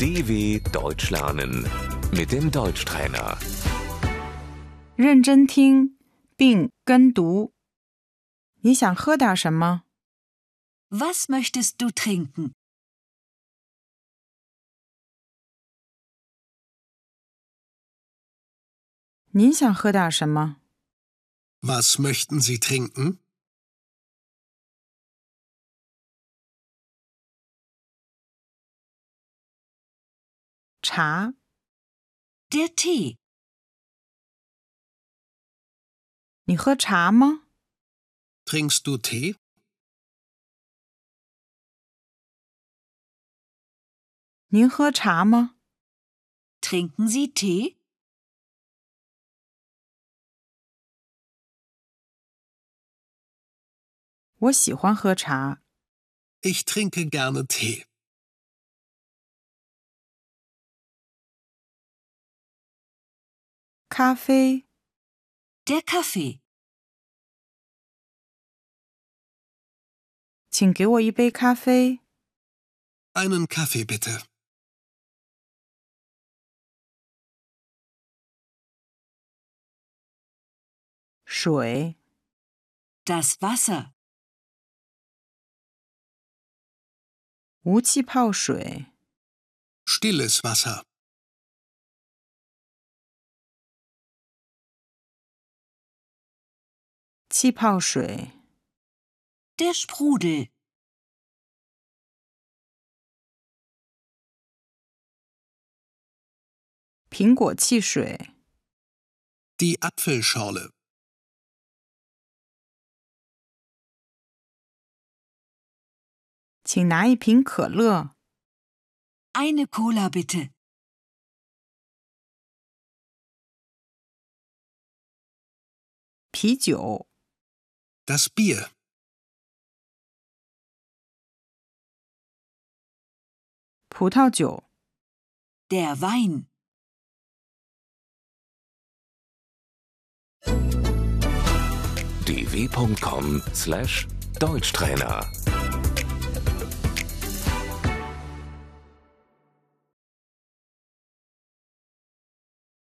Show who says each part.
Speaker 1: DW Deutsch lernen mit dem Deutschtrainer.
Speaker 2: 认真听并跟读。你想喝点什么？
Speaker 3: Was möchtest du trinken?
Speaker 2: 您想喝点什么？
Speaker 4: Was möchten Sie trinken?
Speaker 2: 茶、
Speaker 3: Der Tee.
Speaker 2: 你喝茶吗？
Speaker 4: Trinkst du Tee?
Speaker 2: 您喝茶吗？
Speaker 3: Trinken Sie Tee?
Speaker 2: 我喜欢喝茶。
Speaker 4: Ich trinke gerne Tee.
Speaker 2: 咖啡，
Speaker 3: Der Kaffee.
Speaker 2: 请给我一杯咖啡。
Speaker 4: Einen Kaffee bitte.
Speaker 2: 水，
Speaker 3: Das Wasser.
Speaker 2: 无气泡水。
Speaker 4: Stilles Wasser.
Speaker 2: 气泡水，
Speaker 3: Der Sprudel.
Speaker 2: 苹果汽水，
Speaker 4: Die Apfelschorle.
Speaker 2: 请拿一瓶可乐。
Speaker 3: Eine Cola bitte.
Speaker 2: 啤酒、
Speaker 4: Das Bier.
Speaker 2: 葡萄酒、
Speaker 3: Der Wein.
Speaker 1: dw.com/deutschtrainer